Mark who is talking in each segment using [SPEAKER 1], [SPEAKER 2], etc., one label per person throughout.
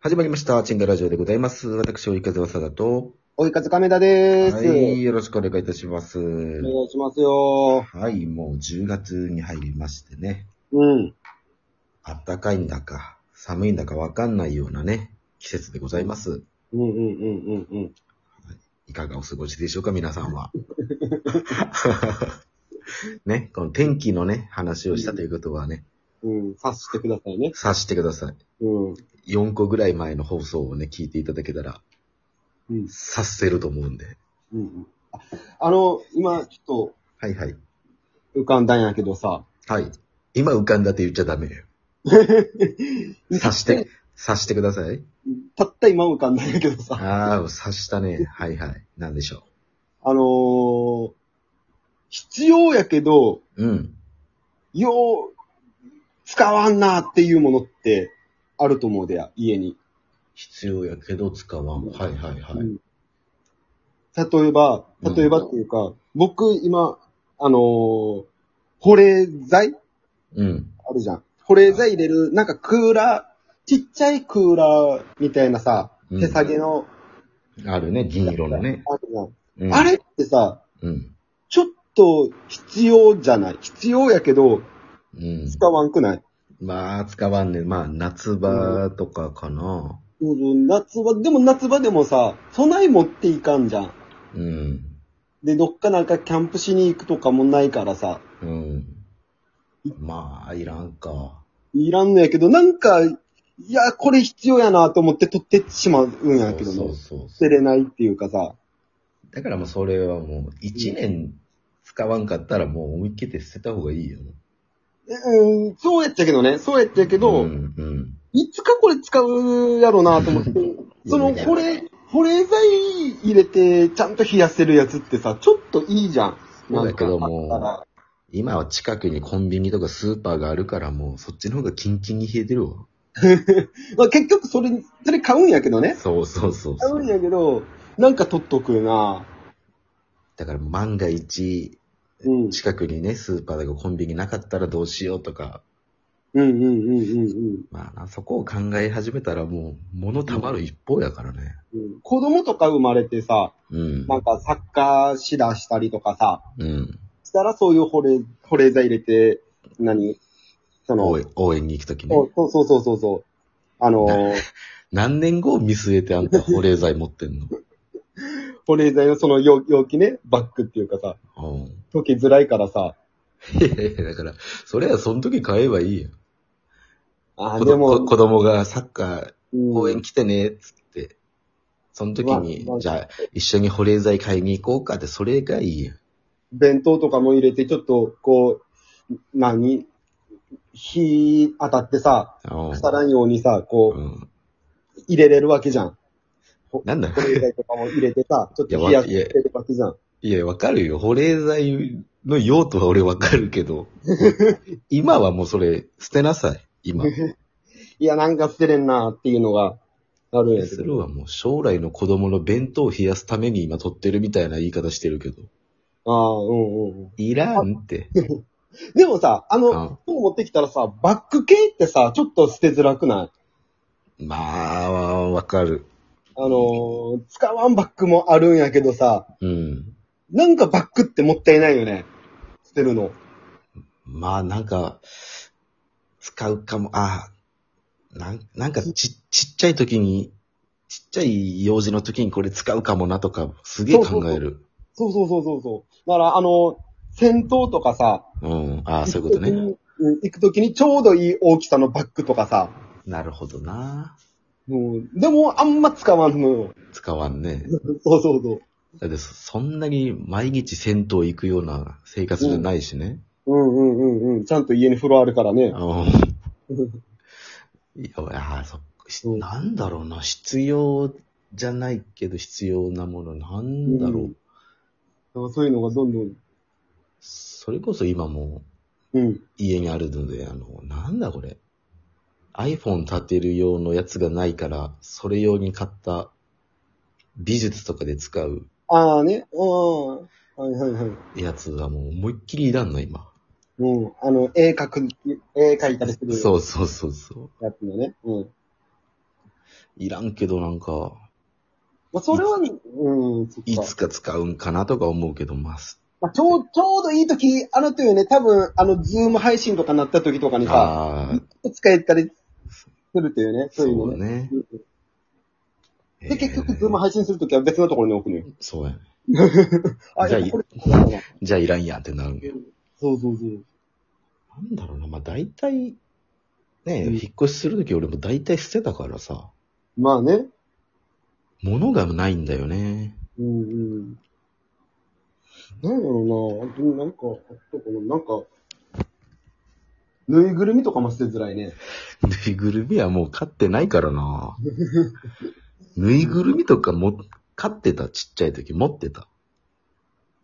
[SPEAKER 1] 始まりました。チンガラジオでございます。私、追い風わさだと。
[SPEAKER 2] 追い風亀田でーす。
[SPEAKER 1] はい、よろしくお願いいたします。
[SPEAKER 2] お願いしますよ
[SPEAKER 1] はい、もう10月に入りましてね。
[SPEAKER 2] うん。
[SPEAKER 1] 暖かいんだか、寒いんだかわかんないようなね、季節でございます。
[SPEAKER 2] うんうんうんうんうん。
[SPEAKER 1] いかがお過ごしでしょうか、皆さんは。 ね、この天気のね、話をしたということはね、
[SPEAKER 2] うん、察してくださいね。
[SPEAKER 1] 察してくださ
[SPEAKER 2] うん。
[SPEAKER 1] い。4個ぐらい前の放送をね、聞いていただけたら、
[SPEAKER 2] うん。
[SPEAKER 1] 察せると思うんで。
[SPEAKER 2] うん。ああの、今、ちょっ
[SPEAKER 1] はいはい。
[SPEAKER 2] と、浮かんだんやけどさ。
[SPEAKER 1] はい。今浮かんだって言っちゃダメ よ。察して、察してください。
[SPEAKER 2] たった今浮かんだんやけどさ。
[SPEAKER 1] ああ、察したね。はいはい。なんでしょ
[SPEAKER 2] あのー、必要やけど、
[SPEAKER 1] う。うん。
[SPEAKER 2] よう、使わんなっていうものって、あると思うでや、家に。
[SPEAKER 1] 必要やけど使わん。はいはいは
[SPEAKER 2] うん例えば、例えばっていうか、僕今、あのー保冷剤
[SPEAKER 1] うん。
[SPEAKER 2] あるじゃん。保冷剤入れる、なんかクーラー、ちっちゃいクーラーみたいなさ、
[SPEAKER 1] うん
[SPEAKER 2] 手提げの、
[SPEAKER 1] あるね。銀色のね。
[SPEAKER 2] あるじゃん
[SPEAKER 1] うん、
[SPEAKER 2] あれってさ、
[SPEAKER 1] うん。
[SPEAKER 2] ちょっと必要じゃない。必要やけど、
[SPEAKER 1] うん。
[SPEAKER 2] 使わんくない。
[SPEAKER 1] まあ、使わんね。まあ、夏場とかかな。
[SPEAKER 2] そうそう夏場、でも夏場でもさ、備え持っていかんじゃん。
[SPEAKER 1] うん。
[SPEAKER 2] で、どっかなんかキャンプしに行くとかもないからさ、
[SPEAKER 1] うん。まあ、いらんか。
[SPEAKER 2] いらんのやけど、なんか、いや、これ必要やなと思って取ってしまうん
[SPEAKER 1] そ
[SPEAKER 2] や
[SPEAKER 1] う
[SPEAKER 2] けど
[SPEAKER 1] そう
[SPEAKER 2] ね。
[SPEAKER 1] そう
[SPEAKER 2] 捨てれないっていうかさ、
[SPEAKER 1] だからもうそれはもう、一年使わんかったらもう思いっきり捨てた方がいいよ。
[SPEAKER 2] うん、そうやったけどね、そうやったけど、
[SPEAKER 1] うん、うん。
[SPEAKER 2] いつかこれ使うやろうなと思って、その、これ、保冷剤入れて、ちゃんと冷やせるやつってさ、ちょっといいじゃん。
[SPEAKER 1] そうだけども
[SPEAKER 2] なんかあっ
[SPEAKER 1] 今は近くにコンビニとかスーパーがあるからもうそっちの方がキンキンに冷えてるわ。
[SPEAKER 2] たらまあ、結局、それ、それ買うんやけどね。
[SPEAKER 1] そうそうそう
[SPEAKER 2] 買
[SPEAKER 1] そううん
[SPEAKER 2] やけど、なんか取っとくよな。
[SPEAKER 1] だから万が一、
[SPEAKER 2] うん。
[SPEAKER 1] 近くにね、スーパーとかコンビニなかったらどうしようとか、
[SPEAKER 2] うんうんうんうん
[SPEAKER 1] まあな、そこを考え始めたらもう物溜まる一方やからね。
[SPEAKER 2] うんうん。子供とか生まれてさ、
[SPEAKER 1] うん。
[SPEAKER 2] なんかサッカーしだしたりとかさ、
[SPEAKER 1] うん。
[SPEAKER 2] したらそういう保冷、保冷剤入れて、何その、
[SPEAKER 1] 応援応援に行くときね。
[SPEAKER 2] おそうそうそうそうそう。あのー、
[SPEAKER 1] 何年後を見据えてあんた保冷剤持ってんの
[SPEAKER 2] 保冷剤のその容容器ね、バッグっていうかさ、
[SPEAKER 1] うん。
[SPEAKER 2] 溶けづらいからさ。
[SPEAKER 1] いやいやだから、それはその時買えばいいよ。
[SPEAKER 2] あ
[SPEAKER 1] 子
[SPEAKER 2] ー、で
[SPEAKER 1] 供
[SPEAKER 2] も、
[SPEAKER 1] 子供がサッカー、応援
[SPEAKER 2] 機
[SPEAKER 1] 来てね、つって。その時に
[SPEAKER 2] う、わ
[SPEAKER 1] じゃあ、一緒に保冷剤買いに行こうかって、それがいいよ。
[SPEAKER 2] 弁当とかも入れて、ちょっと、こう、何火当たってさ、
[SPEAKER 1] うん
[SPEAKER 2] 腐らんようにさ、
[SPEAKER 1] う
[SPEAKER 2] こ
[SPEAKER 1] ん。
[SPEAKER 2] う、入れれるわけじゃん。
[SPEAKER 1] なんだ
[SPEAKER 2] 保冷剤とかも入れて さ、ちょっと冷やしてるわけじゃん。
[SPEAKER 1] いや、わかるよ。保冷剤の用途は俺わかるけ ど、今はもうそれ、捨てなさい。 今。
[SPEAKER 2] いや、なんか捨てれんなっていうのがあるんやけ
[SPEAKER 1] そ
[SPEAKER 2] ど。
[SPEAKER 1] れはもう将来の子供の弁当を冷やすために今取ってるみたいな言い方してるけど。
[SPEAKER 2] ああ、うんうんうん。
[SPEAKER 1] いらんって。
[SPEAKER 2] でもさ、あの、
[SPEAKER 1] うん
[SPEAKER 2] 本持ってきたらさ、バッグ系ってさ、ちょっと捨てづらくない
[SPEAKER 1] まあ、わかる。
[SPEAKER 2] あのー使わんバッグもあるんやけどさ、
[SPEAKER 1] うん。
[SPEAKER 2] なんかバッグってもったいないよね。捨てるの。
[SPEAKER 1] まあなんか、使うかも、ああ、なんなんかちちっちゃい時に、ちっちゃい用事の時にこれ使うかもなとか、すげえ考える。
[SPEAKER 2] そうそうそうそうそう。だから、あのー戦闘とかさ、
[SPEAKER 1] うん。ああ、そういうことね。
[SPEAKER 2] うん行くときにちょうどいい大きさのバッグとかさ、
[SPEAKER 1] なるほどな。
[SPEAKER 2] もう、でもあんま使わんのよ。
[SPEAKER 1] 使わんね。
[SPEAKER 2] そうそうそう。
[SPEAKER 1] だってそそんなに毎日銭湯行くような生活じゃないしね。
[SPEAKER 2] うんうんうんうん。ちゃんと家に風呂あるからね。
[SPEAKER 1] うん。いや、ああ、そっかし
[SPEAKER 2] うん
[SPEAKER 1] なんだろうな。必要じゃないけど必要なものなんだろう。
[SPEAKER 2] うんだからそういうのがどんどん。
[SPEAKER 1] それこそ今もう
[SPEAKER 2] うん。
[SPEAKER 1] 家にあるので、あの、なんだこれ。iPhone 立てる用のやつがないから、それ用に買った美術とかで使う
[SPEAKER 2] ああね。うん。はいはいはい。
[SPEAKER 1] やつがもう思いっきりいらんの、今。
[SPEAKER 2] うん。あの、絵描く、絵描いたりする
[SPEAKER 1] そうそうそうそう。
[SPEAKER 2] やつのね。うん。
[SPEAKER 1] いらんけどなんか、
[SPEAKER 2] まあ、それは、うん、そっか
[SPEAKER 1] いつか使うんかなとか思うけど、まあ、す
[SPEAKER 2] まあ、ちょう、ちょうどいい時、あのというね、多分、あの、ズーム配信とかなった時とかにさ、
[SPEAKER 1] ああ、
[SPEAKER 2] 使えたりするというね、そういう
[SPEAKER 1] そ
[SPEAKER 2] の
[SPEAKER 1] う
[SPEAKER 2] ね。
[SPEAKER 1] ね。
[SPEAKER 2] で、結局、
[SPEAKER 1] えー
[SPEAKER 2] ズーム配信するときは別のところに置くのよ。
[SPEAKER 1] そうやね。
[SPEAKER 2] あ、
[SPEAKER 1] じゃあ
[SPEAKER 2] やっぱこれ、そう
[SPEAKER 1] じゃあいらんやんってなるけど。
[SPEAKER 2] そうそう。
[SPEAKER 1] なんだろうな、まあ大体、ね、
[SPEAKER 2] うん
[SPEAKER 1] 引っ越しするとき俺も大体捨てたからさ、
[SPEAKER 2] まあね。
[SPEAKER 1] 物がないんだよね。
[SPEAKER 2] うんうん。なんだろうな、なんか、あったかな、なんか、ぬいぐるみとかも捨てづらいね。
[SPEAKER 1] ぬいぐるみはもう買ってないから な。ぬいぐるみとかも、買ってた、ちっちゃい時持ってた。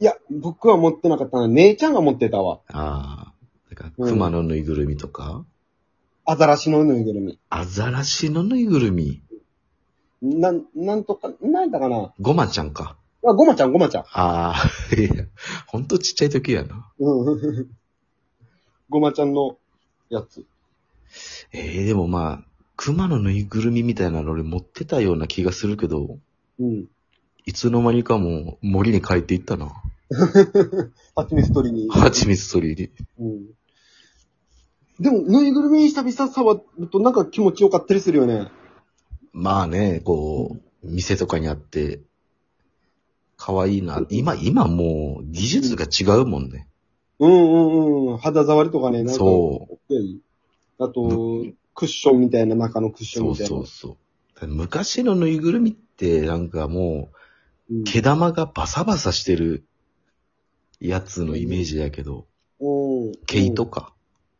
[SPEAKER 2] いや、僕は持ってなかったな。姉ちゃんが持ってたわ。
[SPEAKER 1] ああ。だから、
[SPEAKER 2] うん
[SPEAKER 1] 熊のぬいぐるみとか、
[SPEAKER 2] アザラシのぬいぐるみ。
[SPEAKER 1] アザラシのぬいぐるみ、
[SPEAKER 2] なん、なんとか、なんだかな。
[SPEAKER 1] ゴマちゃんか。
[SPEAKER 2] あ、ごまちゃん、ごまちゃん。
[SPEAKER 1] ああ、いや、ほんとちっちゃい時やな。
[SPEAKER 2] うん。ごまちゃんのやつ。
[SPEAKER 1] ええでもまあ、熊のぬいぐるみみたいなの俺持ってたような気がするけど、
[SPEAKER 2] うん。
[SPEAKER 1] いつの間にかもう森に帰っていったな。
[SPEAKER 2] 蜂蜜取りに。
[SPEAKER 1] 蜂蜜取り
[SPEAKER 2] うん。でも、ぬいぐるみ久々触るとなんか気持ちよかったりするよね。
[SPEAKER 1] まあね、こう、店とかにあって、可愛いな。今、今もう技術が違うもんね。
[SPEAKER 2] うんうんうん。肌触りとかね、なんか。
[SPEAKER 1] そ
[SPEAKER 2] あと、クッションみたいな、中のクッ
[SPEAKER 1] う。
[SPEAKER 2] ション
[SPEAKER 1] そう
[SPEAKER 2] みたいな。
[SPEAKER 1] そうそう。昔のぬいぐるみってなんかも
[SPEAKER 2] うん
[SPEAKER 1] う、毛玉がバサバサしてるやつのイメージやけど、
[SPEAKER 2] うん。
[SPEAKER 1] 毛糸か。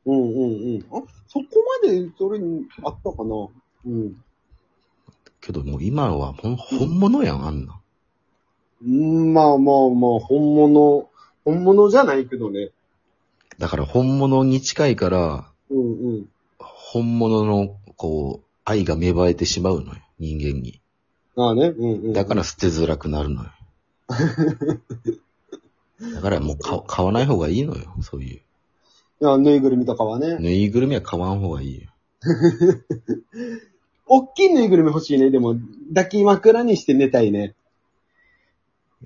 [SPEAKER 2] うんうんうん。あ、そこまでそれにあったかな。うん。
[SPEAKER 1] けどもう今はほん本物やん、あんな。
[SPEAKER 2] うん、まあまあまあ、本物、本物じゃないけどね。
[SPEAKER 1] だから本物に近いから、
[SPEAKER 2] うんうん。
[SPEAKER 1] 本物の、こう、愛が芽生えてしまうのよ、人間に。
[SPEAKER 2] ああね。うんうん。
[SPEAKER 1] だから捨てづらくなる のよ。だからもう買わ買わない方がいいのよ、そういう。
[SPEAKER 2] いや、ぬいぐるみとかはね。
[SPEAKER 1] ぬいぐるみは買わん方がいいよ。
[SPEAKER 2] おっきいぬいぐるみ欲しいね。でも、抱き枕にして寝たいね。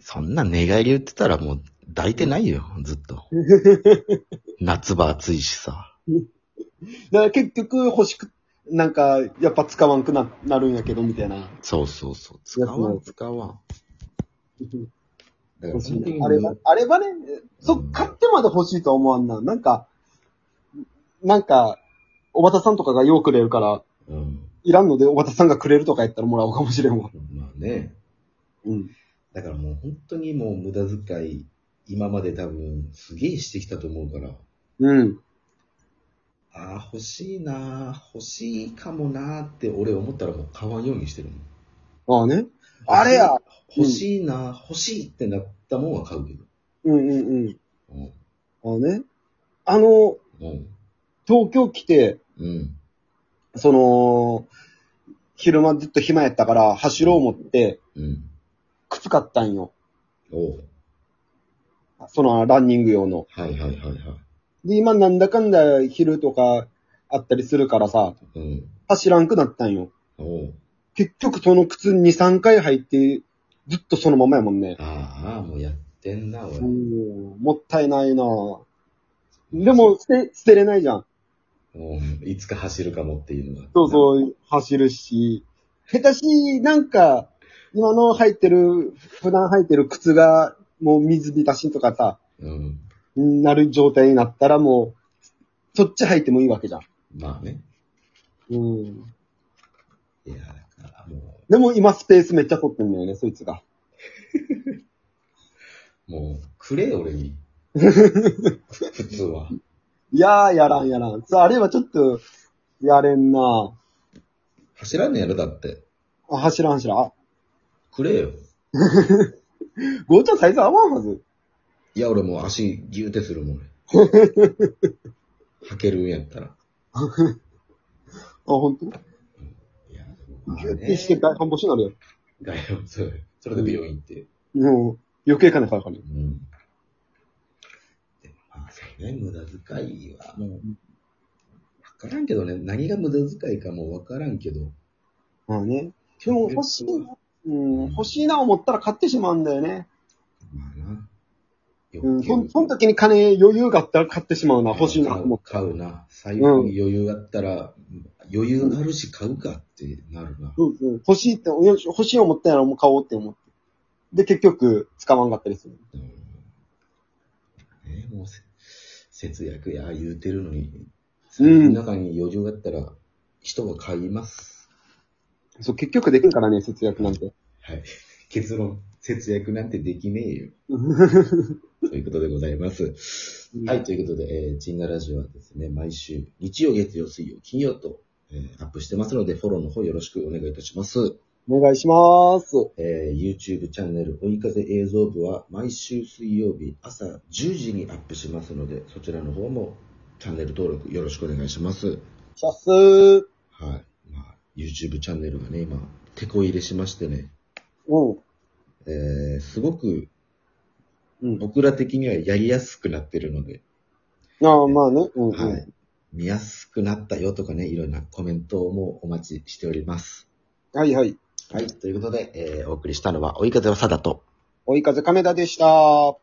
[SPEAKER 1] そんな寝返り言ってたらもう抱いてないよ、ずっ と。夏場暑いしさ。
[SPEAKER 2] だから結局欲しく、なんか、やっぱ使わんくな、なるんやけど、みたいな。
[SPEAKER 1] そうそうそう。使わん、使わん。だから本当に
[SPEAKER 2] あれば、あればね、そ、買ってまで欲しいとは思わんな。なんか、なんか、おばたさんとかがようくれるから、
[SPEAKER 1] うん。
[SPEAKER 2] いらんのでおばたさんがくれるとかやったらもらおうかもしれんわ。
[SPEAKER 1] まあね。
[SPEAKER 2] うん。
[SPEAKER 1] だからもう本当にもう無駄遣い、今まで多分すげえしてきたと思うから。
[SPEAKER 2] うん。
[SPEAKER 1] ああ、欲しいなあ、欲しいかもなあって俺思ったらもう買わんようにしてるもん。
[SPEAKER 2] ああね。あれや
[SPEAKER 1] 欲しいなあ、欲しいってなったもんは買うけど。
[SPEAKER 2] うんうんうん。
[SPEAKER 1] うん。
[SPEAKER 2] ああね。あの、
[SPEAKER 1] うん。
[SPEAKER 2] 東京来て、
[SPEAKER 1] うん。
[SPEAKER 2] その、昼間ずっと暇やったから、走ろう思って、
[SPEAKER 1] うん。
[SPEAKER 2] 靴買ったんよ。
[SPEAKER 1] おう
[SPEAKER 2] その、ランニング用の。
[SPEAKER 1] はいはいはいはい。
[SPEAKER 2] で、今なんだかんだ昼とかあったりするからさ、
[SPEAKER 1] うん。
[SPEAKER 2] 走らんくなったんよ。
[SPEAKER 1] おう
[SPEAKER 2] 結局その靴2、3回履いて、ずっとそのままやもんね。
[SPEAKER 1] ああ、もうやってんな、俺。
[SPEAKER 2] うんもったいないなぁでも、捨て、捨てれないじゃん。
[SPEAKER 1] うん、いつか走るかもっていうのが。
[SPEAKER 2] そう
[SPEAKER 1] う。
[SPEAKER 2] そう、走るし。下手し、なんか、今の履いてる、普段履いてる靴が、もう水浸しとかさ、
[SPEAKER 1] うん。
[SPEAKER 2] なる状態になったらもう、そっち履いてもいいわけじゃん。
[SPEAKER 1] まあね。
[SPEAKER 2] うん。
[SPEAKER 1] いや、だからも
[SPEAKER 2] でも今スペースめっちゃ取ってんだよね、そいつが。
[SPEAKER 1] う、もう、くれ、俺 に。普通は。
[SPEAKER 2] いやー、やらんやらん。さあ、あれはちょっと、やれんな
[SPEAKER 1] 走らんねやろ、だって。
[SPEAKER 2] ぁ。あ、走らん走らん。あ、
[SPEAKER 1] くれよ。
[SPEAKER 2] ゴーちゃんサイズ合わんはず。
[SPEAKER 1] いや、俺もう足ギューってする もん。俺履けるんやったら。
[SPEAKER 2] あ、ほんと
[SPEAKER 1] いや、でも
[SPEAKER 2] ギュッてして外反母趾になるよ。
[SPEAKER 1] 外反そうよそれで病院行って。
[SPEAKER 2] もう、余計金かかるよ。
[SPEAKER 1] うん。でもまあ、そうね、無駄遣いはもう、わからんけどね、何が無駄遣いかもわからんけど、
[SPEAKER 2] まあね。でも欲しい、うん、欲しいな思ったら買ってしまうんだよね。
[SPEAKER 1] まあな。
[SPEAKER 2] うん、そんその時に金余裕があったら買ってしまうな、欲しいなと思っ
[SPEAKER 1] 買うな。財布に余裕あったら、余裕あるし買うかってなるな。
[SPEAKER 2] そうそう欲しいって、よし欲しい思ったらもう買おうって思って。で、結局、使わんかったりする。
[SPEAKER 1] うん。ねもうせ節約や言うてるのに、
[SPEAKER 2] うん
[SPEAKER 1] 中に余裕があったら、人は買います。
[SPEAKER 2] そう、結局できるからね、節約なんて。
[SPEAKER 1] はい。結論、節約なんてできねえよ。ということでございます。はい、ということで、えー、チンガラジオはですね、毎週、日曜、月曜、水曜、金曜と、えーアップしてますので、フォローの方よろしくお願いいたします。
[SPEAKER 2] お願いします。
[SPEAKER 1] えー YouTube チャンネル、追い風映像部は、毎週水曜日朝10時にアップしますので、そちらの方もチャンネル登録よろしくお願いします。
[SPEAKER 2] シャスー。
[SPEAKER 1] はい。まあ、YouTube チャンネルがね、今、手こ入れしましてね、
[SPEAKER 2] うん。
[SPEAKER 1] えーすごく
[SPEAKER 2] うん。
[SPEAKER 1] 僕ら的にはやりやすくなってるので、
[SPEAKER 2] ああ、まあね。うん、うん。
[SPEAKER 1] はい。見やすくなったよとかね、いろんなコメントもお待ちしております。
[SPEAKER 2] はいはい。
[SPEAKER 1] はい。ということで、えーお送りしたのは、追い風はさだと。
[SPEAKER 2] 追い風亀田でした。